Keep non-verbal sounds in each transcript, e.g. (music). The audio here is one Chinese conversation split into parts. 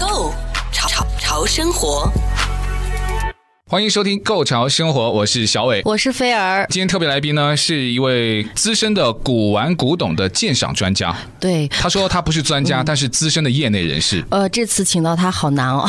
Go 潮潮潮生活。欢迎收听《购潮生活》，我是小伟。我是菲儿。今天特别来宾呢，是一位资深的古玩古董的鉴赏专家。对，。他说他不是专家，但是资深的业内人士 (laughs) 哎呃，这次请到他好难哦。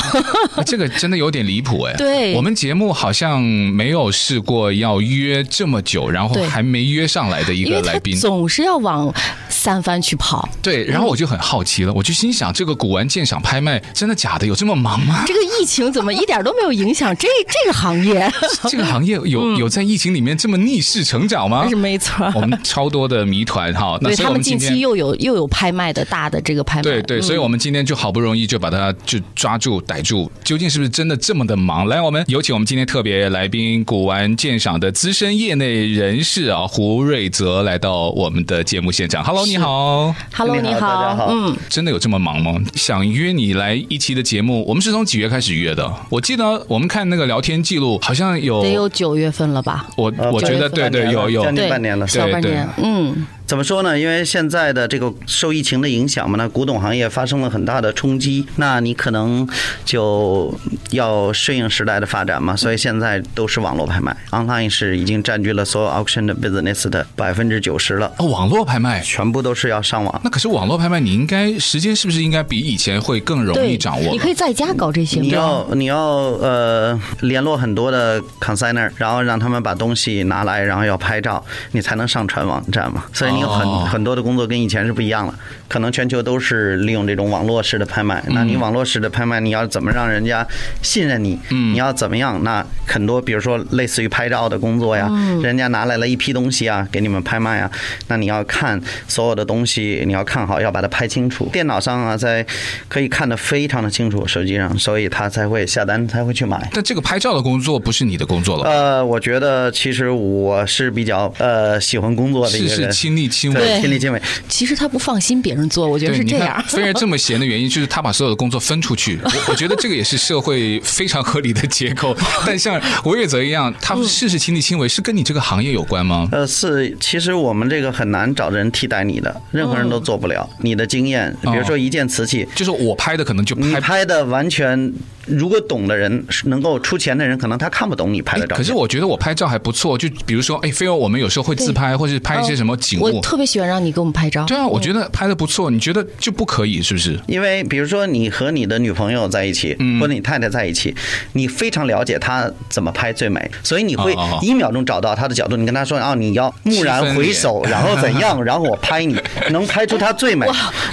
这个真的有点离谱哎。对我们节目好像没有试过要约这么久，然后对还没约上来的一因个 (laughs) 为他来宾。总是要往三番去跑。对，然后我就很好奇了，我就心想，这个古玩鉴赏拍卖真的假的？有这么忙 (laughs) 吗？这个疫情怎么一点都没有影响这这个行业？这个行业嗯有有在疫情里面这么逆势成长吗但是？没错儿。我们超多的谜团哈，啊哦那对所以他我们今近天期又有又有拍卖的大的这个拍卖，对对，所以我们今天就好不容易就把它就抓住逮住，究竟是不是真的这么的忙？来，我们有请我们今天特别来宾古玩鉴赏的资深业内人士啊，胡瑞泽来到我们的节目现场。Hello，你好。 Hello，你好，好大家好嗯，真的有这么忙吗？想约你来一期的节目，我们是从几月开始约的？我记得我们看那个聊天记录，好像有得有九月份了吧？我呃我觉得九月对份对有有将近对，半年了小半对对年，嗯，怎么说呢？因为现在的这个受疫情的影响嘛，那古董行业发生了很大的冲击，那你可能就要顺应时代的发展嘛，所以现在都是网络拍卖，online 是已经占据了所有 auction 的 business 的百分之九十了，哦，网络拍卖。全部都是要上网。那可是网络拍卖，你应该时间是不是应该比以前会更容易对掌握，了？你可以在家搞这些，你对吧要你要呃联络很多的 consigner，然后让他们把东西拿来，然后要拍照，你才能上传网站嘛。所以你有很、哦很多的工作跟以前是不一样了，可能全球都是利用这种网络式的拍卖。那你嗯网络式的拍卖，你要怎么让人家信任你？嗯你要怎么样？那很多比如说类似于拍照的工作呀，嗯人家拿来了一批东西啊，给你们拍卖啊，那你要看所有的东西，你要看好，要把它拍清楚。电脑上啊，在可以看得非常的清楚，手机上，所以他才会下单，才会去买。但这个拍照的工作不是你的工作了吧，呃，我觉得其实我是比较呃喜欢工作的一是个人是，亲力亲为。对，对亲力亲为。其实他不放心别人做，我觉得对，是你这看。样菲儿这么闲的原因就是他把所有的工作分出 (laughs) 去，我我觉得这个也是社会非常合理的结构。但像吴月泽一样，他嗯事事亲力亲为，是跟你这个行业有关吗？呃，是，其实我们这个很难找人替代你的，任何人哦都做不了。你的经验，比如说一件瓷器，就是我拍的可能就你拍。拍的完全，如果懂的人，能够出钱的人，可能他看不懂你拍的照片。哎可是我觉得我拍照还不错，就比如说，哎，菲儿，我们有时候会自拍，或是拍一些什么景哦我物。特别喜欢让你给我们拍照，对啊，我觉得拍的不错，你觉得就不可以是不是？因为比如说你和你的女朋友在一起，嗯或者你太太在一起，你非常了解她怎么拍最美，所以你会哦哦哦一秒钟找到她的角度。你跟她说啊，你要蓦然回首，七分然后怎 (laughs) 样，然后我拍你，能拍出她最美。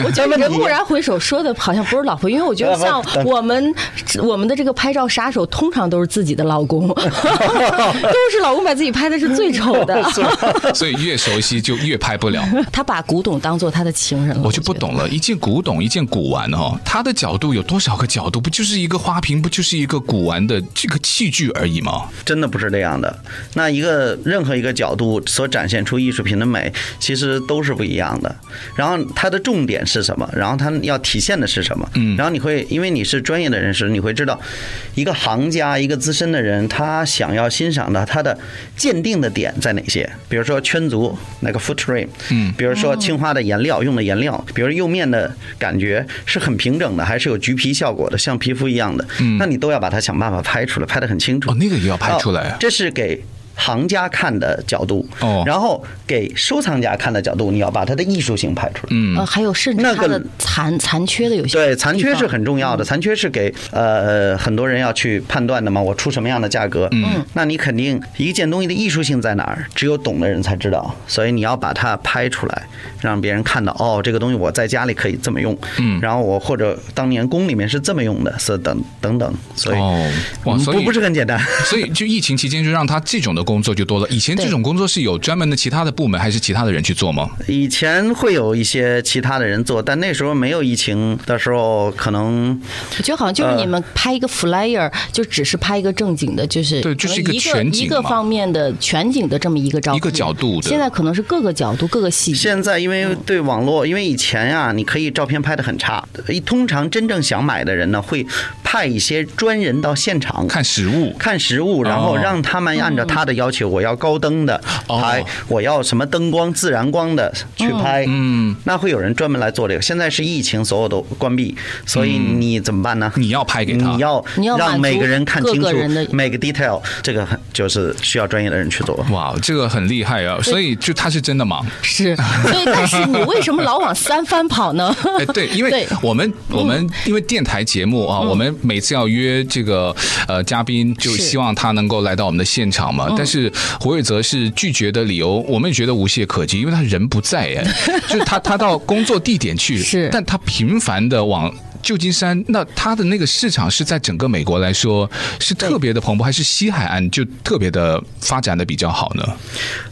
我觉得人蓦然回首说的好像不是老婆， (laughs) 因为我觉得 (laughs) 像哎我们我们的这个拍照杀手，通常都是自己的老公， (laughs) 都是老公把自己拍的是最丑 (laughs) 的。所以越熟悉就越拍不了。他把古董当做他的情人了，我就不觉得。懂了，一件古董，一件古玩哦，它的角度有多少个角度？不就是一个花瓶，不就是一个古玩的这个器具而已吗？真的不是这样的。那一个任何一个角度所展现出艺术品的美，其实都是不一样的。然后它的重点是什么？然后它要体现的是什么？嗯，然后你会，因为你是专业的人士，你会知道，一个行家，一个资深的人，他想要欣赏的他的鉴定的点在哪些？比如说圈足那个 foot frame，嗯，比如说青花的颜料用的颜料，比如釉面的感觉是很平整的，还是有橘皮效果的，像皮肤一样的，嗯，那你都要把它想办法拍出来，拍得很清楚。哦，那个也要拍出来哦啊。这是给。行家看的角度，哦然后给收藏家看的角度，你要把它的艺术性拍出来。嗯，呃，还有甚至那他个的残残缺的有些对，残缺地是方很重要的，残缺是给呃很多人要去判断的嘛，我出什么样的价格？嗯，那你肯定一件东西的艺术性在哪儿，只有懂的人才知道，所以你要把它拍出来，让别人看到哦，这个东西我在家里可以这么用，嗯，然后我或者当年宫里面是这么用的，是等等等，所以哦，哇，所不以不是很简单。所以就疫情期间就让他这种的工作就多了。以前这种工作是有专门的其他的部门还是其他的人去做吗？以前会有一些其他的人做，但那时候没有疫情的时候，可能我觉得好像就是你们拍一个 flyer，、就只是拍一个正经的，就是对就是一一个全景一个嘛方面的全景的这么一个照片，一个角度的现在可能是各个角度、各个细节。现在因为对网络，因为以前呀、你可以照片拍的很差，一通常真正想买的人呢，会派一些专人到现场看实物，看实物，然后让他们按照他的要求，我要高灯的哦拍，我要什么灯光、自然光的去拍。嗯，那会有人专门来做这个。现在是疫情，所有都关闭，所以嗯你怎么办呢？你要拍给他你要你要满足让每个人看清各个楚人的每个 detail，这个很就是需要专业的人去做。哇，这个很厉害啊！所以就他是真的忙，是，所以但是你为什么老往三番跑呢？ (laughs) 哎，对，嗯因为我们我们因为电台节目啊，我们每次要约这个呃嘉宾，就是嗯希望他能够来到我们的现场嘛。但是胡伟泽是拒绝的理由，我们也觉得无懈可击，因为他人不在哎， (laughs) 就是他他到工作地点 (laughs) 去，是但他频繁的往。旧金山，那他的那个市场是在整个美国来说是特别的蓬勃，还是西海岸就特别的发展的比较好呢？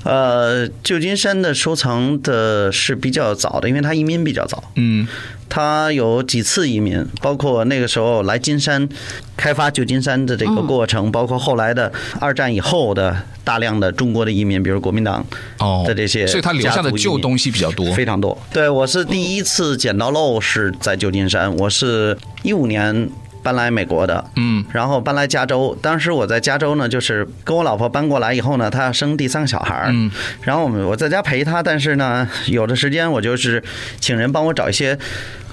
呃，旧金山的收藏的是比较早的，因为他移民比较早。嗯，他有几次移民，包括那个时候来金山开发旧金山的这个过嗯程，包括后来的二战以后的大量的中国的移民，比如国民党哦的这些，所以他留下的旧东西比较多非常多。对我是第一次捡到漏是在旧金山，我是一五年。搬来美国的，嗯，然后搬来加州。当时我在加州呢，就是跟我老婆搬过来以后呢，她要生第三个小孩儿，嗯，然后我们我在家陪她，但是呢，有的时间我就是请人帮我找一些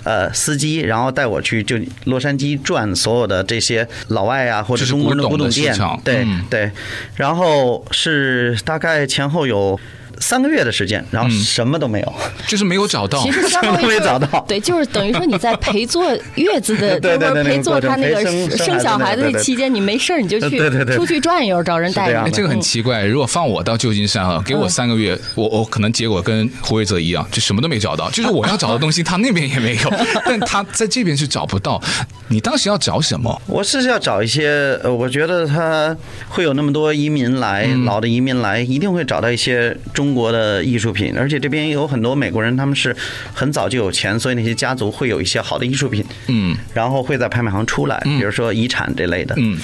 呃司机，然后带我去就洛杉矶转所有的这些老外啊或者就是中国人的古古董的董店市场，对嗯对。然后是大概前后有三个月的时间，然嗯后什么都没有，就是没有找到。其实相当于哦都没就是找到对，就是等于说你在陪坐月子的， (laughs) 对对就是对那个陪坐过程他那陪个生生生孩小子那孩个子对的对期间，你没事儿你就去对对对出去转悠，找人是带这样哎，你。这个很奇怪。如果放我到旧金山嗯啊，给我三个月，我我可能结果跟胡伟泽一样，就什么都没找到。就是我要找的东西，他那边也没 (laughs) 有，但他在这边是找不到。你当时要找什么？我是要找一些，呃，我觉得他会有那么多移民来，嗯老的移民来，一定会找到一些中国的艺术品，而且这边有很多美国人，他们是很早就有钱，所以那些家族会有一些好的艺术品，嗯，然后会在拍卖行出来，比如说遗产这类的，嗯，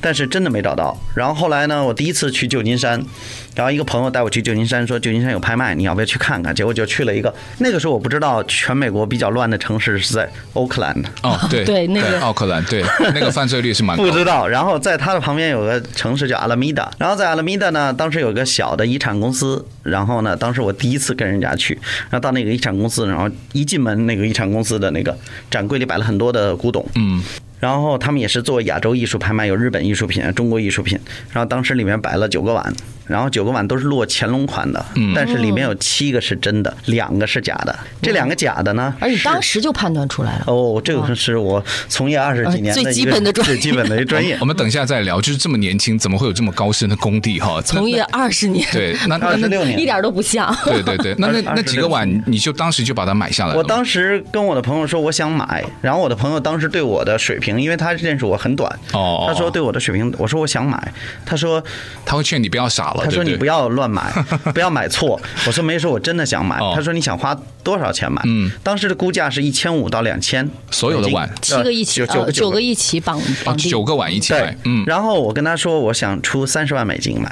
但是真的没找到。然后后来呢，我第一次去旧金山，然后一个朋友带我去旧金山，说旧金山有拍卖，你要不要去看看？结果就去了一个，那个时候我不知道全美国比较乱的城市是在欧克兰的。哦，对对那个奥克兰，对那个犯罪率是啊 (laughs) 蛮高不的。知道。然后在它的旁边有个城市叫阿拉米达，然后在阿拉米达呢，当时有个小的遗产公司，然后呢，当时我第一次跟人家去，然后到那个遗产公司，然后一进门，那个遗产公司的那个展柜里摆了很多的古董，嗯，然后他们也是做亚洲艺术拍卖，有日本艺术品、中国艺术品。然后当时里面摆了九个碗，然后九个碗都是落乾隆款的，嗯但是里面有七个是真的，两个是假的。这两个假的呢？而你是当时就判断出来了。哦，这个是我从业二十几年的一个哎最基本的专业最基本的一个专业我。们等一下再聊。就是这么年轻，怎么会有这么高深的功底哈？从啊业二十年，对，那 (laughs) 那二十那六 (laughs) 年，一点都不 (laughs) 像。对对对，那那那几个碗，你就当时就把它买下来了吗。我当时跟我的朋友说我想买，然后我的朋友当时对我的水平，因为他认识我很短，哦他说对我的水平，我说我想买，他说他会劝你不要傻了，他说哦对你不对？要 (laughs) 乱买，不要买错，我说没事，我真的想买哦，他说你想花多少钱买？嗯，当时的估价是一千五到两千，所有的碗七个一起，呃九呃，个九九个个哦一起绑绑定，九个碗一起对买，，嗯，然后我跟他说我想出三十万美金买，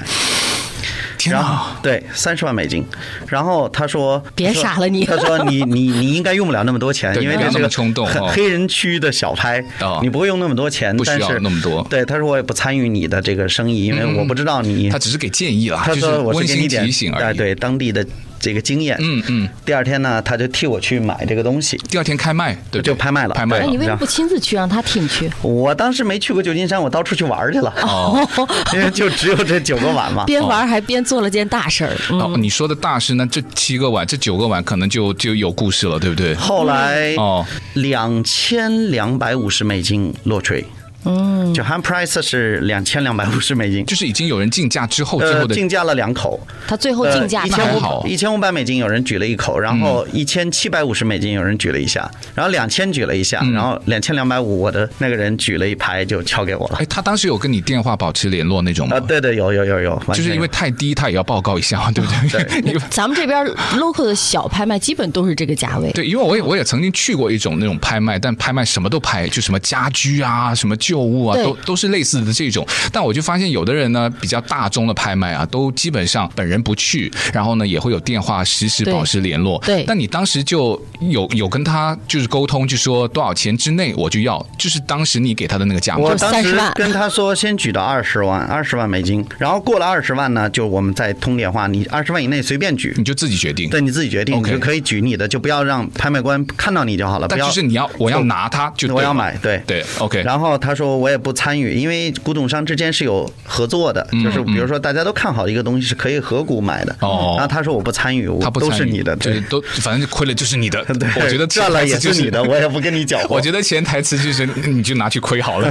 天然哪后！对三十万美金，然后他说别傻了你他说你你你应该用不了那么多钱，对因为不要这那是么个冲动很哦黑人区的小拍哦，你不会用那么多钱，不需但要是那么多嗯对，他说我也不参与你的这个生意，因为我不知道你他。只是给建议啦，他就是说我温是给馨你点提醒而哎已。对当地的这个经验。嗯嗯。第二天呢，他就替我去买这个东西。第二天开卖，对不对，就拍卖了拍卖那了对你。为什么不亲自去，让他替你去？我当时没去过旧金山，我到处去玩去了，哦， (laughs) 因为就只有这九个碗嘛。边玩还边做了件大事儿。嗯哦，你说的大师呢？这七个碗，这九个碗，可能就就有故嗯事了，对不对？后来哦，两千两百五十美金落锤，嗯，就 hand price 是两千两百五十美金，就是已经有人竞价之后之呃后，的竞价了两口，他最后竞价呃一那吧还千好嗯五一千五百美金有人举了一口，然后一千七百五十美金有人举了一下，然后两千举了一嗯下，然后两千两百五我的那个人举了一排就敲给我了哎，。他当时有跟你电话保持联络那种吗？啊，对对，有有有有，完就全是因为有太低，他也要报告一下嘛，对不对？因为咱们这边 local 的小拍卖基本都是这个价位。对，因为我也我也曾经去过一种那种拍卖，但拍卖什么都拍，就什么家居啊、什么旧物啊，对都都是类似的这种。但我就发现有的人呢，比较大宗的拍卖啊，都基本上本人不去，然后呢也会有电话实时对保持联络。对但你当时就有有跟他就是沟通，就说多少钱之内我就要，就是当时你给他的那个价我嘛。就当30时万跟他说先举到二十万，二十万美金，然后过了二十万呢，就我们再通电话，你二十万以内随便举你，就自己决定。对你自己决定，你 OK 就可以举你的，就不要让拍卖官看到你就好了，不但要就是你要，我要拿它就对我要了买，对。对，OK，然后他说我也不参与，因为古董商之间是有合作的，嗯就是比如说大家都看好一个东西是可以合股买的，哦然后他说我不参与，我他不都是参与你的，就是对，都反正亏了就是你的。 (laughs) 对我觉得赚了也就是 (laughs) 你的，我也不跟你搅和。我觉得潜台词就是你就拿去亏好 (laughs) 了，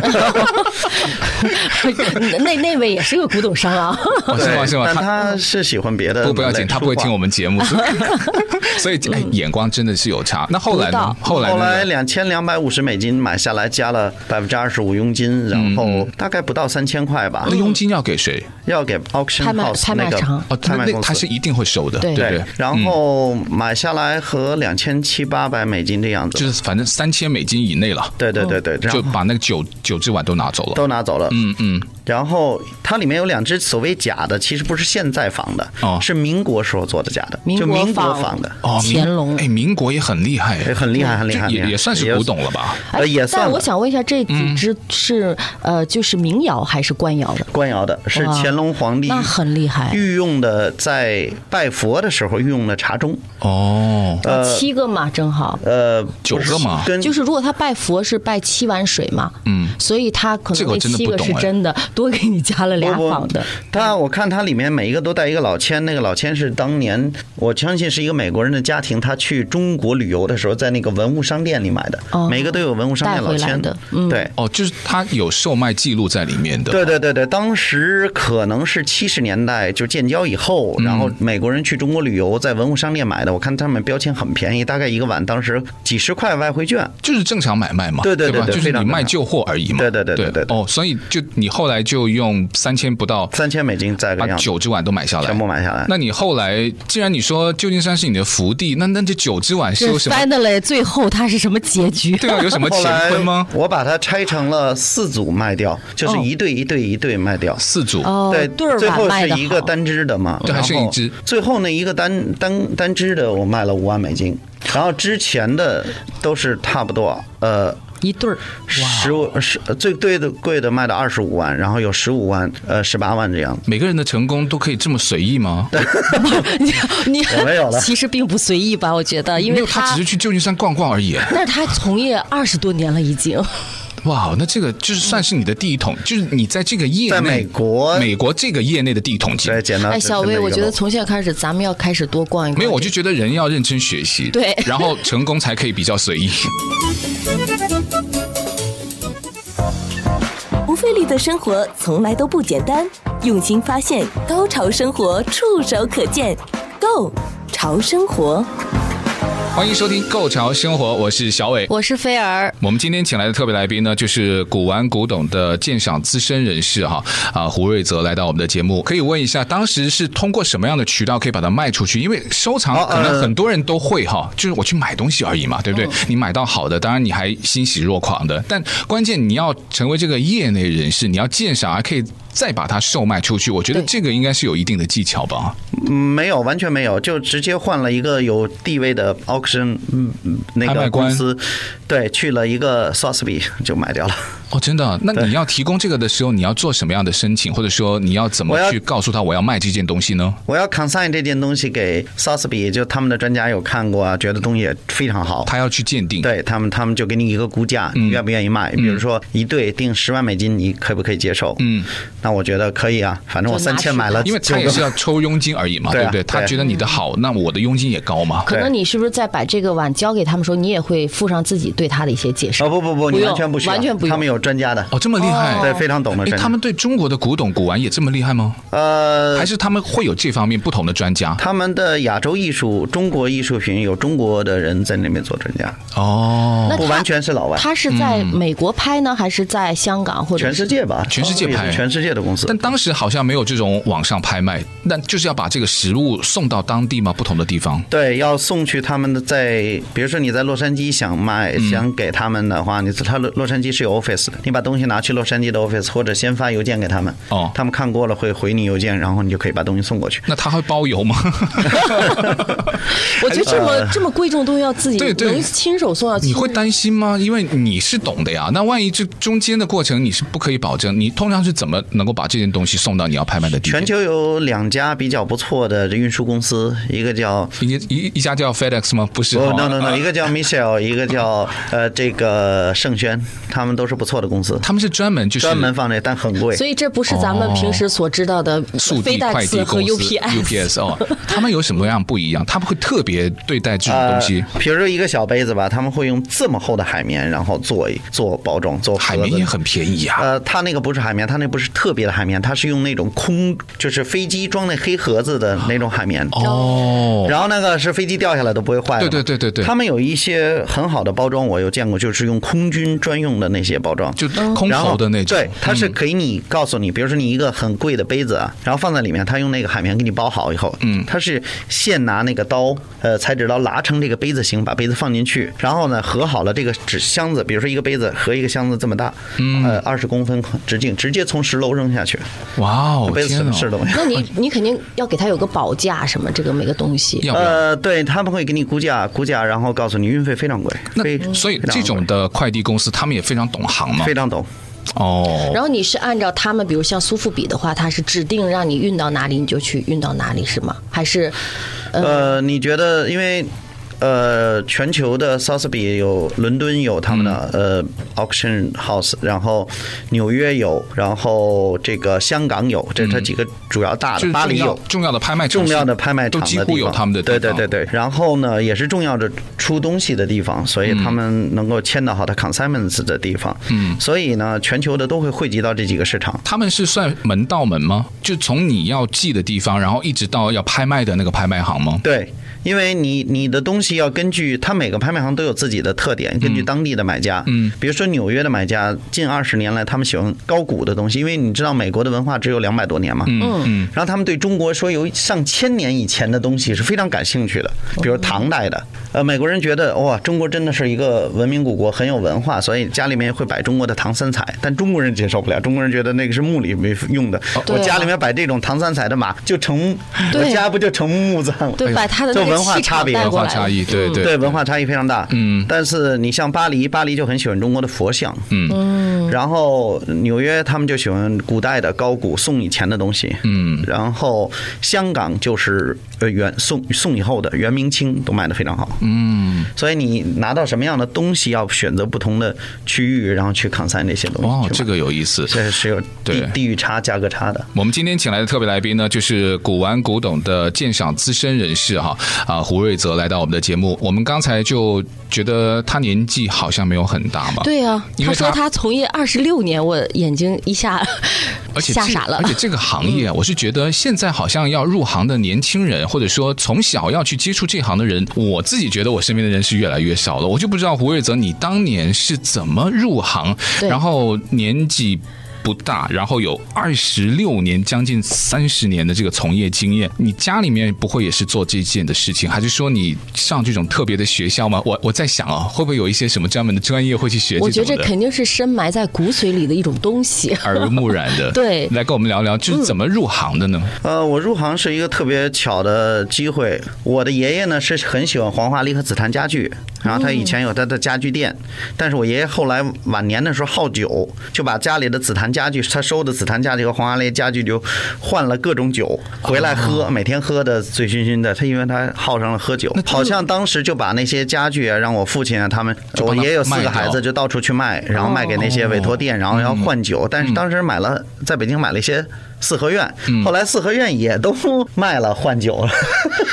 (laughs) 那那位也是个古董商啊，哦是吗？对是吗？但他是喜欢别的，不不要紧，他不会听我。们节目， (laughs) 所以哎，眼光真的是有差。那后来呢独到？后来后来呢？两千两百五十美金买下来，加了百分之二十五佣金，然嗯后大概不到三千块吧那，佣金要给谁？要给 auction 拍卖 house 拍卖那个场哎哦，拍那卖那公他司是。一定会收的，对不对？嗯然后买下来和两千七八百美金的样子，就是反正三千美金以内了，对对对对，然就后把那个九九只碗都拿走了。都拿走了。嗯嗯，然后它里面有两只所谓假的，其实不是现在仿的，哦是民国时候做的假的，民就国民国仿仿的，哦，民乾隆哎，民国也很厉害，哎很厉害，很厉害，就很厉害也也算是古，董了吧？嗯呃也算哎但我了想问一下，这几只是、呃，就是民谣还是官谣的？官窑的，是哇乾隆皇帝那很厉害，御用的，在拜佛的时候御用的茶盅，哦，哦七个嘛，正好。呃，九不是个吗跟就是如果他拜佛是拜七碗水嘛，嗯，所以他可这个能我那真的七不个懂是哎真的，多给你加了俩不不仿的，它我看它里面每一个都带一个老签，那个老签是当年我相信是一个美国人的家庭，他去中国旅游的时候，在那个文物商店里买的，哦每一个都有文物商店老带回来签的嗯对。哦，就是他有售卖记录在里面的。对对对对，当时可能是七十年代就建交以后，嗯然后美国人去中国旅游，在文物商店买的。我看他们标签很便宜，大概一个碗当时几十块外汇券。就是正常买卖嘛，对对对吧？对就是非常你正常卖旧货而已嘛，对对对对对对哦，所以就你后来就用三千不到三千美金在把个样子，九只碗都买下来，全部买下来。那你后来既然你说旧金山是你的福地，那那这九只碗是有什么？ finally 最后他是什么结局？对啊，有什么后来乾坤吗？我把它拆成了四组卖掉，就是哦一对一对一对卖掉。四组，哦，对，对儿最碗后卖是的一个单只的嘛，对还剩然后一只最后那一个单单单只的我卖了五万美金，然后之前的都是差不多，呃，一对儿，十五十最贵的贵的卖到二十五万，然后有十五万，呃，十八万这样。每个人的成功都可以这么随意吗？你你我没有了其实并不随意吧？我觉得，因没为有，他只是去旧金山逛逛而已。但是他从业二十多年了，(laughs) 已经。啊哇，那这个就是算是你的第一桶，就是你在这个业在内，美国美国这个业内的第一桶金对，。简单。哎，小薇，薇，我觉得从现在开始，咱们要开始多逛一逛。没有，我就觉得人要认真学习，对然后成功才可以比较随意。不费力的生活从来都不简单，用心发现，高潮生活触手可见 g o 潮生活。欢迎收听《购潮生活》，我是小伟。我是菲儿，我们今天请来的特别来宾呢，就是古玩古董的鉴赏资深人士哈啊胡瑞泽来到我们的节目，可以问一下，当时是通过什么样的渠道可以把它卖出去？因为收藏哦可能呃嗯很多人都会哈，就是我去买东西而已嘛，对不对？你买到好的，当然你还欣喜若狂的，但关键你要成为这个业内人士，你要鉴赏，还可以再把它售卖出去。我觉得对这个应该是有一定的技巧吧。嗯没有，完全没有，就直接换了一个有地位的 auction 嗯嗯那拍卖个官公司，对，去了一个 Sotheby 就买掉了。哦，真的啊？那你要提供这个的时候，你要做什么样的申请，或者说你要怎么我要哦去告诉他我要卖这件东西呢？我要 consign 这件东西给 Sotheby，就他们的专家有看过啊，觉得东西也非常好。他要去鉴定。对他们，他们就给你一个估价，你愿不愿意卖？比如说一对定十万美金，你可不可以接受？嗯，那我觉得可以啊，反正我就拿三千去买了，因为他也是要抽佣金而已嘛，对对啊不对？对啊他觉得你的好，那我的佣金也高嘛。可能对你是不是在把这个碗交给他们的时候，你也会附上自己对他的一些解释？哦不不不，不你用完全不需要，完全不用他们有有专家的，哦，这么厉害，对，非常懂的哎，专家。他们对中国的古董古玩也这么厉害吗？呃还，是他们会有这方面不同的专家？他们的亚洲艺术、中国艺术品有中国的人在那边做专家，哦，那不他完全是老外，他是嗯在美国拍呢，还是在香港或者全世界吧，全世界也是拍全世界的公司。但当时好像没有这种网上拍卖，那就是要把这个实物送到当地吗？不同的地方？对，要送去他们的在，比如说你在洛杉矶想卖，嗯想给他们的话，你他洛洛杉矶是有 office 的，你把东西拿去洛杉矶的 office，或者先发邮件给他们，哦他们看过了会回你邮件，然后你就可以把东西送过去。那他会包邮吗？我觉得这么这么贵重的东西要自己对对能亲手送到，你会担心吗？因为你是懂的呀。那万一这中间的过程你是不可以保证，你通常是怎么能够把这件东西送到你要拍卖的地点？全球有两家比较不错的运输公司，一个叫一一一家叫 FedEx 吗？不是啊哦哈 no no no，一个叫 Michelle，一个 (laughs) 叫呃这个盛轩，他们都是不错的公司，他们是专门就是专门放这，但很贵。所以这不是咱们平时所知道的呃哦速递快 FedEx 递和公司 UPS。 UPS 哦，他们有什么样不一样？他们会特别对待这种呃东西。，比如说一个小杯子吧，他们会用这么厚的海绵，然后做一做包装，做盒子海绵也很便宜啊，呃，它那个不是海绵，它那不是特别的海绵，它是用那种空，就是飞机装那黑盒子的那种海绵。哦，呃然后那个是飞机掉下来都不会坏的嘛。对对对对对他们有一些很好的包装，我有见过，就是用空军专用的那些包装，就空然后投的那种，嗯对，它是给你告诉你，比如说你一个很贵的杯子啊，然后放在里面，它用那个海绵给你包好以后，嗯，它是现拿那个刀，呃，裁纸刀拉成这个杯子形，把杯子放进去，然后呢，合好了这个纸箱子，比如说一个杯子和一个箱子这么大，嗯，呃，二十公分直径，直接从十楼扔下去，哇哦，杯子天什么哪，事都没 (laughs) 有。那你你肯定要给他有个保价什么，这个每个东西。要不要？呃，对他们会给你估价，估价，然后告诉你运费非常贵，非那所以非常这种贵的快递公司，他们也非常懂行嘛非。常懂。哦，然后你是按照他们，比如像苏富比的话，它是指定让你运到哪里你就去运到哪里，是吗？还是呃，你觉得因为？呃，全球的 Sotheby 有伦敦有他们的、嗯呃 auction house，然后纽约有，然后这个香港有，这这几个主要大的，就是巴重黎要有重要的拍卖场重嗯是要的拍卖场都的几地乎有方他们的地对对方对对。然后呢，也是重要的出东西的地方，所以他们能够签到好的 consignments 的地方。嗯，所以呢，全球的都会汇集到这几个市场。他们是算门到门吗？就从你要寄的地方，然后一直到要拍卖的那个拍卖行吗？对，因为你你的东西要根据它每个拍卖行都有自己的特点，根据当地的买家，嗯，比如说纽约的买家，近二十年来他们喜欢高古的东西，因为你知道美国的文化只有两百多年嘛，嗯嗯，然后他们对中国说有上千年以前的东西是非常感兴趣的，比如唐代的，呃，美国人觉得哇，中国真的是一个文明古国，很有文化，所以家里面会摆中国的唐三彩，但中国人接受不了，中国人觉得那个是墓里没用的，对我啊家里面摆这种唐三彩的马就成，我对家不就成墓葬了？对把他的这那个文化气差场别带文过化来？差异，对对对文化差异非常大。嗯，但是你像巴黎，巴黎就很喜欢中国的佛像。嗯，然后纽约他们就喜欢古代的高古宋以前的东西。嗯，然后香港就是呃元宋宋以后的元明清都卖的非常好。嗯，所以你拿到什么样的东西，要选择不同的区域，然后去抗散这些东西。哦去，买这个有意思。这嗯是有地对地域差、价格差的。我们今天请来的特别来宾呢，就是古玩古董的鉴赏资深人士哈啊胡瑞泽来到我们的节目。我们刚才就觉得他年纪好像没有很大嘛，对啊，因他为说他他从业二十六年，我眼睛一下 (laughs) 而且这吓傻了嗯而。且这个行业，啊我是觉得现在好像要入行的年轻人，或者说从小要去接触这行的人，我自己觉得我身边的人是越来越少了。我就不知道胡瑞泽，你当年是怎么入行，对然后年纪。不大，然后有二十六年，将近三十年的这个从业经验，你家里面不会也是做这件的事情，还是说你上这种特别的学校吗？我我在想哦，会不会有一些什么专门的专业会去学我这觉种得的？这肯定是深埋在骨髓里的一种东西。耳濡目染的， (laughs) 对嗯来跟我们聊聊，就是怎么入行的呢？呃，我入行是一个特别巧的机会。我的爷爷呢是很喜欢黄花梨和紫檀家具，然后他以前有他的家具店，但是我爷爷后来晚年的时候好酒，就把家里的紫檀家具，他收的紫檀家具和黄花梨家具就换了各种酒回来喝，啊每天喝的醉醺醺的。他因为他好上了喝酒，好像当时就把那些家具啊，让我父亲啊他们，我帮他爷爷有四卖个掉孩子，就到处去卖，然后卖给那些哦委托店，然后嗯要换酒。但是当时买了，在北京买了一些四合院，嗯后来四合院也都卖了换酒了。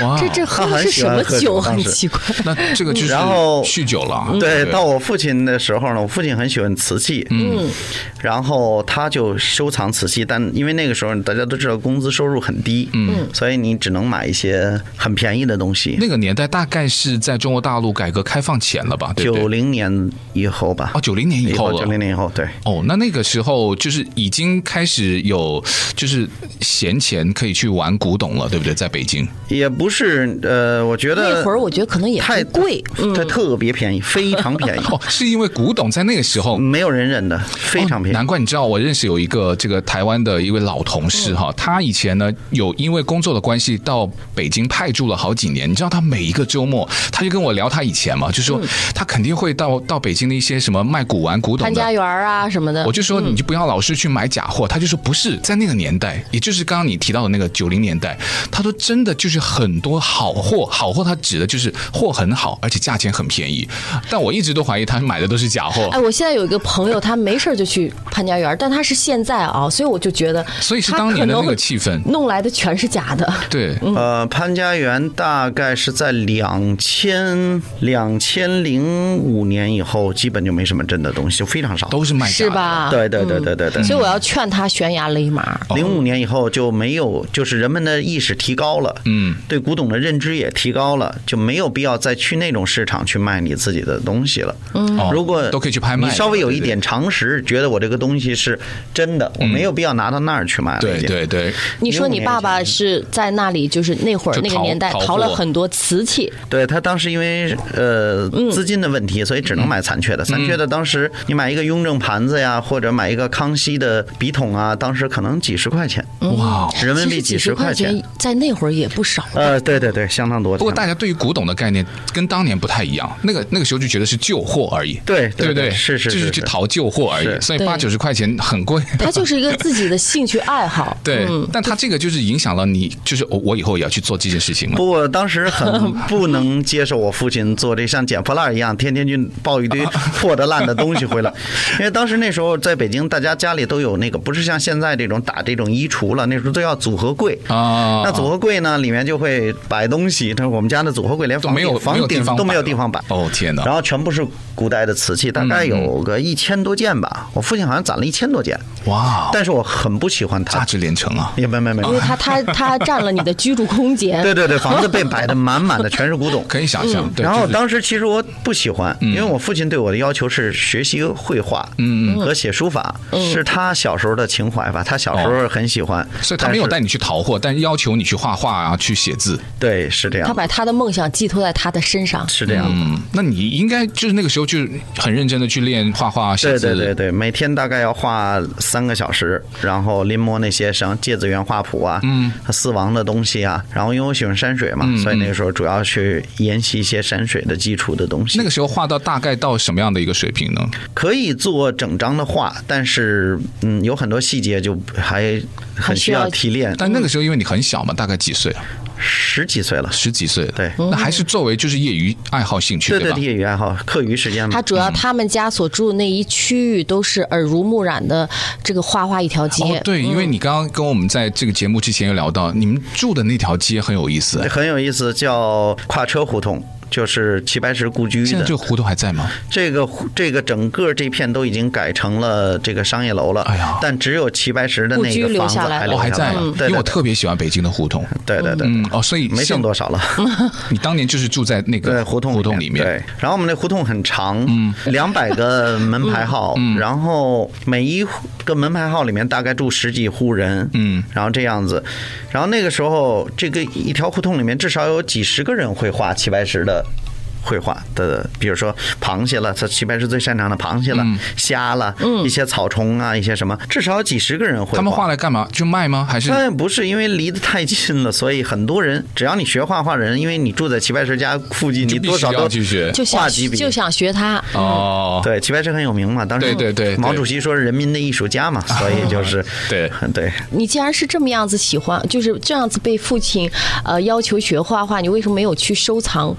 哇，这这喝他的很啊是喜什欢么喝酒酒？当很时奇怪。那这个就是然后后嗯酗酒了，啊对，到我父亲的时候呢，我父亲很喜欢瓷器，嗯，然后他就收藏瓷器，但因为那个时候大家都知道工资收入很低，嗯，所以你只能买一些很便宜的东西。那个年代大概是在中国大陆改革开放前了吧？对不九对？零年以后吧，哦，九零年以后九了。零年以后，对，哦，那那个时候就是已经开始有，就是闲钱可以去玩古董了，对不对？在北京，也不是呃，我觉得那会儿我觉得可能也太不贵，嗯它特别便宜，非常 (laughs) 便宜，哦，是因为古董在那个时候没有人认的，非常便哦宜。难怪你知道，我认识有一个这个台湾的一位老同事哈，他以前呢有因为工作的关系到北京派驻了好几年。你知道他每一个周末，他就跟我聊他以前嘛，就说他肯定会到到北京的一些什么卖古玩、古董潘家的。园啊什么的我。就说你就不要老是去买假货，他就说不是在那个年代，也就是刚刚你提到的那个九零年代，他说真的就是很多好货，好货他指的就是货很好，而且价钱很便宜。但我一直都怀疑他买的都是假货哎，，我现在有一个朋友，他没事儿就去潘家园，但他是现在啊，所以我就觉得，所以是当年的那个气氛。弄来的全是假的。对，呃，潘家园大概是在两千两千零五年以后，基本就没什么真的东西，就非常少。都是嗯卖假的是？吧？对对对对对对。所以我要劝他悬崖勒马。零五年以后就没有，就是人们的意识提高了，嗯，对古董的认知也提高了，就没有必要再去那种市场去卖你自己的东西了。嗯哦如果都可以去拍卖你稍微有一对嗯点常识，觉得我这个东西是真的，我没有必要拿到那儿去卖了。对已经对对，你说你爸爸是在那里，就是那会儿就那个淘年代淘货淘了很多瓷器，对他当时因为呃资金的问题，所以只能买残缺的。残缺的当时你买一个雍正盘子呀，或者买一个康熙的笔筒啊，当时可能几十块钱，嗯哇！人民其币实几几十十块块钱钱。在那会儿也不 (laughs) 少。呃，对对对，相当多。不过大家对于古董的概念跟当年不太一样，那个那个时候就觉得是旧货而已，对对不对对？是是就是去是淘旧货而已，是所以对八九十块钱很贵。，他就是一个自己的兴趣爱好 (laughs) 对，嗯但他这个就是影响了你，就是我我以后也要去做这件事情嘛。不过当时很不能接受我父亲做这像捡破烂一样，天天去抱一堆破的烂的东西回来，因为当时那时候在北京，大家家里都有那个，不是像现在这种打这种衣橱了，那时候都要组合柜啊那组合柜呢，里面就会摆东西，但是我们家的组合柜连都房没有顶没有房地顶方都没有摆了地方摆。哦天哪！嗯然后全部是古代的瓷器，大概有个一千多件吧。我父亲好像攒了一千多件，哦哇，但是我很不喜欢它价。值连城啊！也没没没，因为他他他占了你的居住空间。 (laughs) 对对对，房子被摆的满满的，全是古董。可以想 (laughs) 嗯象，对然就后是嗯当时其实我不喜欢，因为我父亲对我的要求是学习绘画，嗯和写书法，嗯是他小时候的情怀吧。他小时候很喜欢，哦所以他没有但带是你去淘货，但要求你去画画啊，去写字。对，是这样他的，把他的梦想寄托在他的身上，是这样的。嗯，那你应该就是那个时候就很认真的去练画画、写对字。对对对，每天大概要画三个小时，然后临摹那些像芥子园画谱啊，嗯，四王的东西啊。然后因为我喜欢山水嘛，所以那个时候主要去研习一些山水的基础的东西。那个时候画到大概到什么样的一个水平呢？可以做整张的画，但是嗯，有很多细节就还很需要提炼。但那个时候因为你很小嘛，大概几岁啊？十几岁了，十几岁了。对那还是作为就是业余爱好兴趣对对，吧？业余爱好，课余时间嘛他。主要他们家所住的那一区域都是耳濡目染的这个画画一条哦街，，对，因为你刚刚跟我们在这个节目之前有聊到，你们住的那条街很有意思。啊很有意思，叫跨车胡同，就是齐白石故居现在的这。个胡同还在吗？这个胡这个整个这片都已经改成了这个商业楼了，哎呀但只有齐白石的那故居个留房子下来还了哦，留还下来在，了。因对为我对对特别喜欢北京的胡同。对对对，嗯，哦，所以没像剩多少了。你当年就是住在那对，个胡同胡同里里面。嗯对，然后我们那胡同很长，两百个门牌号，然后每一个门牌号里面大概住十几户人，嗯，然后这样子，然后那个时候这个一条胡同里面至少有几十个人会画齐白石的。绘画的，比如说螃蟹了，他齐白石最擅长的螃蟹了、嗯虾了，一些草虫啊，一些什么，至少有几十个人会画。他们画来干嘛？就卖吗？还是当然不是，因为离得太近了，所以很多人，只要你学画画的人，因为你住在齐白石家附近，你必多须少要都去学？就想画几笔就想学他。哦，对，齐白石很有名嘛，当时对对对对毛主席说是人民的艺术家嘛，所以就是 (laughs) 对 (laughs) 对，你既然是这么样子喜欢，就是这样子被父亲呃要求学画画，你为什么没有去收藏？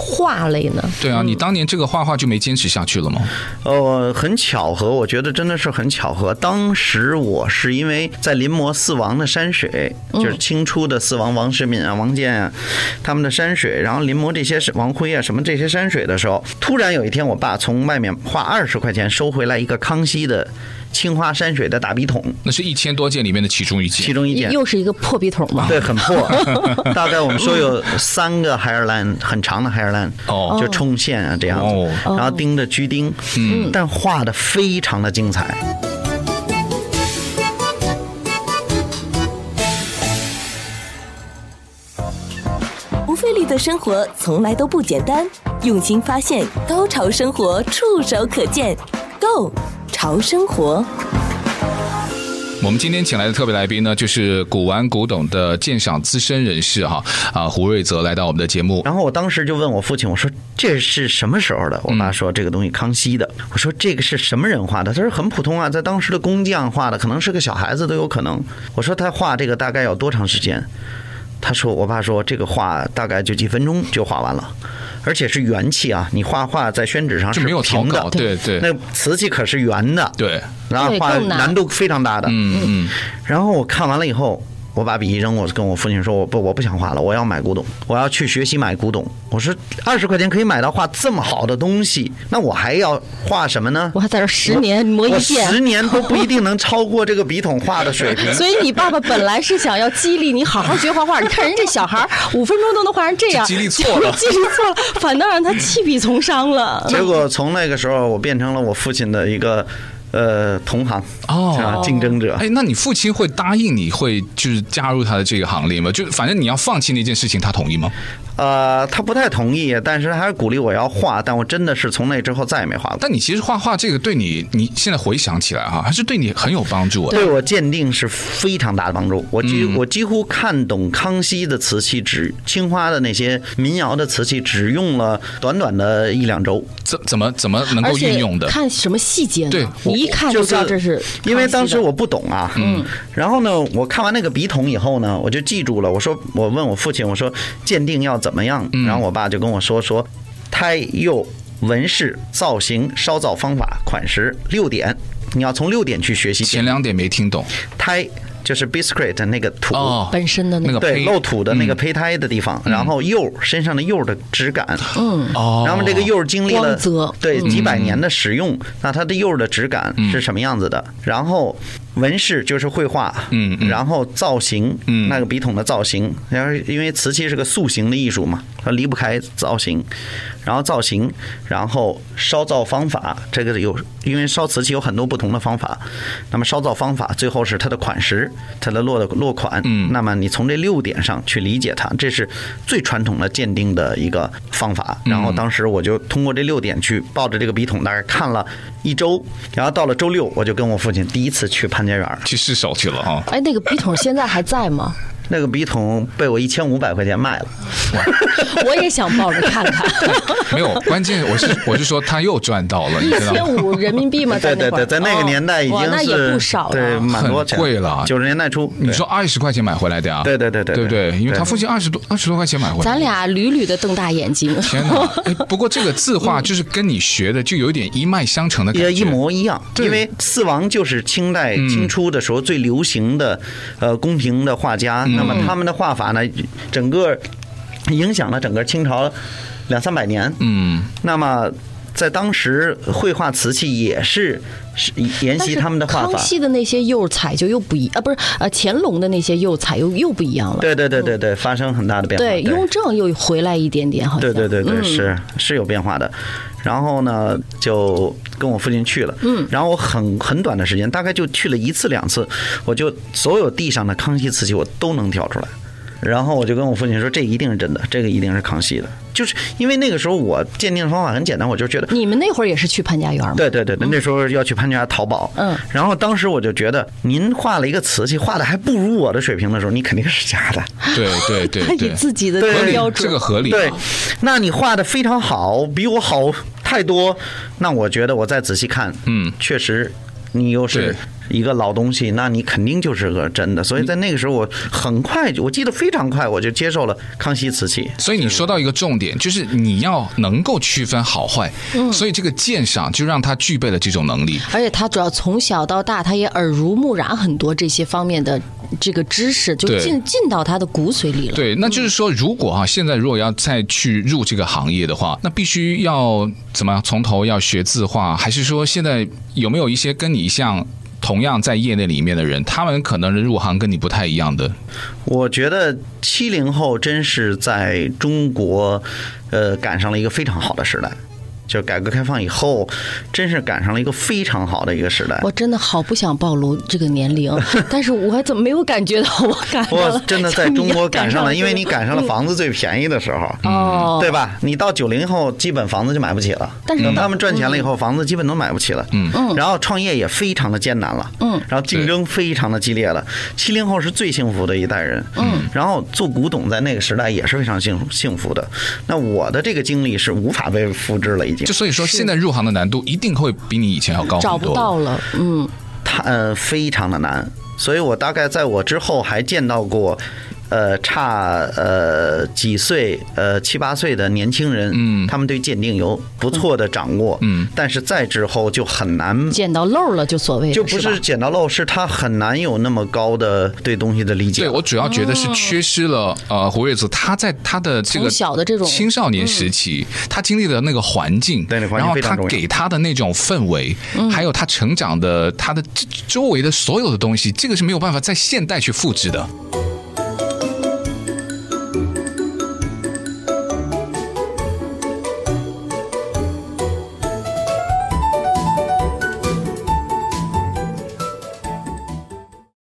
画类呢？对嗯啊，你当年这个画画就没坚持下去了吗？呃，很巧合，我觉得真的是很巧合。当时我是因为在临摹四王的山水，嗯就是清初的四王王世敏啊、王建啊他们的山水，然后临摹这些是王辉啊什么这些山水的时候，突然有一天，我爸从外面花二十块钱收回来一个康熙的青花山水的大笔筒，那是一千多件里面的其中一其件。中一件又是一个破笔筒嘛。对，很破，大概我们说有三个 hair line，很长的 hair line， (laughs) 哦就冲线啊这样子，哦然后钉着居钉，嗯，但画的非常的精彩。不费力的生活从来都不简单，用心发现，高潮生活触手可见 Go 潮生活。我们今天请来的特别来宾呢，就是古玩古董的鉴赏资深人士哈啊胡瑞泽来到我们的节目。然后我当时就问我父亲，我说这是什么时候的？我嗯爸说这个东西康熙的。我说这个是什么人画的？他说很普通啊，在当时的工匠画的，可能是个小孩子都有可能。我说他画这个大概要多长时间？他说，我爸说这个画大概就几分钟就画完了，而且是圆气啊，你画画在宣纸上是就没有草平的稿，，对对那瓷器可是圆的，对，然后对画更难难度非常大的。嗯嗯，然后我看完了以后，我把笔一扔，我跟我父亲说，我不我不想画了，我要买古董，我要去学习买古董。我说二十块钱可以买到画这么好的东西，那我还要画什么呢我？还在这十年磨一我剑，十年都不一定能超过这个笔筒画的水 (laughs) 平。所以你爸爸本来是想要激励你好好学画画，你看人这小孩 (laughs) 儿五分钟都能画成这样，激励错了 (laughs) 激励错了，反倒让他弃笔从商了。结果从那个时候，我变成了我父亲的一个呃同行哦啊竞争者。哎，那你父亲会答应你会就是加入他的这个行列吗？就反正你要放弃那件事情，他同意吗？呃，他不太同意，但是他还是鼓励我要画，但我真的是从那之后再也没画过。但你其实画画这个对你，你现在回想起来哈、还是对你很有帮助啊的。对我鉴定是非常大的帮助。我嗯几、我几乎看懂康熙的瓷器只，青花的那些民窑的瓷器只用了短短的一两周，怎怎么怎么能而够运且用的？看什么细节呢？对我你一看就知道这是因为康当时熙的我不懂啊。嗯。然后呢，我看完那个笔筒以后呢，我就记住了。我说，我问我父亲，我说鉴定要怎么样？嗯然后我爸就跟我说说，胎釉纹饰、造型、烧造方法、款式六点，你要从六点去学习鉴前定。两点没听懂胎就是 biscuit 那个土。哦，本身的那那个个对，胚嗯露土的那个胚胎的地方，然后釉身上的釉的质感，嗯，哦，嗯然后这个釉经历光了泽对几百年的使用，那它的釉的质感是什么样子的？然后纹饰就是绘画，嗯嗯然后造型，嗯那个笔筒的造型，然后因为瓷器是个塑形的艺术嘛，它离不开造型，然后造型，然后烧造方法，这个有因为烧瓷器有很多不同的方法，那么烧造方法最后是它的款式，它的落的落款，嗯那么你从这六点上去理解它，这是最传统的鉴定的一个方法。然后当时我就通过这六点去抱着这个笔筒，大概看了一周，然后到了周六，我就跟我父亲第一次去潘家园儿，去试手去了哈、哎，那个笔筒现在还在 (laughs) 吗？那个笔筒被我一千五百块钱卖了。我也想抱着看 (laughs) 看，没有，关键我是 (laughs) 我是说他又赚到了，你一知道千吗？五人民币嘛，对那对会儿对，在那个年代已哦哇经那是、也不少对，了。啊蛮多钱，很贵了九十年代初。你对说二十块钱买回来的呀？啊对对对对对不对？对因为他对父亲二十多二十多块钱买回来的，咱俩屡屡的瞪大眼睛，天 (laughs) 哪！哎不过这个字画就是跟你学的就有点一脉相承的感觉，也一模一样，对嗯因为四王就是清代清初的时候最流行的，呃，宫廷的画家。嗯那么他们的画法呢，整个影响了整个清朝两三百年。嗯，那么在当时，绘画瓷器也是是沿但袭是他们的画康法。熙的那些釉彩就又不一啊，不是呃乾隆的那些釉彩又又不一样了。对对对对对，发生很大的变化。对，雍正又回来一点点，好像。对对对对，嗯是是有变化的。然后呢，就跟我父亲去了，嗯，然后我很很短的时间，大概就去了一次两次，我就所有地上的康熙瓷器我都能挑出来。然后我就跟我父亲说，这一定是真的，这个一定是康熙的，就是因为那个时候我鉴定的方法很简单，我就觉得你们那会儿也是去潘家园 (laughs) 吗？对对对，那时候要去潘家园淘宝。嗯然后当时我就觉得，您画了一个瓷器，画的还不如我的水平的时候，你肯定是假的。对对他对 (laughs) 以对，自己的对标这准个合理。对，那你画的非常好，比我好太多。那我觉得我再仔细看，嗯确实你又对是一个老东西，那你肯定就是个真的。所以在那个时候，我很快，我记得非常快，我就接受了康熙瓷器。所以你说到一个重点，就是你要能够区分好坏，嗯所以这个鉴赏就让他具备了这种能力。而且他主要从小到大，他也耳濡目染很多这些方面的这个知识，就对进进到他的骨髓里了。对，那就是说，如果啊，现在如果要再去入这个行业的话，那必须要怎么样？从头要学字画，还是说现在有没有一些跟你像同样在业内里面的人，他们可能入行跟你不太一样的？我觉得七零后真是在中国，呃，赶上了一个非常好的时代。就改革开放以后，真是赶上了一个非常好的一个时代。我真的好不想暴露这个年龄，但是我怎么没有感觉到我赶上了？我真的在像你中国赶上了， (laughs) 这个因为你赶上了房子最便宜的时 (laughs) 候，哦，对吧？你到九零后，基本房子就买不起了。但是等他们赚钱了以后，房子基本都买不起了。嗯嗯。然后创业也非常的艰难了。嗯。然后竞争非常的激烈了。七零后是最幸福的一代人。嗯。然后做古董在那个时代也是非常幸幸福的。那我的这个经历是无法被复制了，已经就。所以说，现在入行的难度一定会比你以前要高找很不多。到了，嗯，它呃非常的难，所以我大概在我之后还见到过，呃差呃几岁呃七八岁的年轻人，嗯，他们对鉴定有不错的掌握，嗯，但是再之后就很难。捡到漏了就所谓的就不吧是捡到漏，是他很难有那么高的对东西的理解。对，我主要觉得是缺失了、呃，胡月子他在他的这个哦从小的这种嗯青少年时期，他经历的那个环境，对那环境然后非常他重要给他的那种氛围，嗯还有他成长的他的周周围的所有的东西，这个是没有办法在现代去复制的。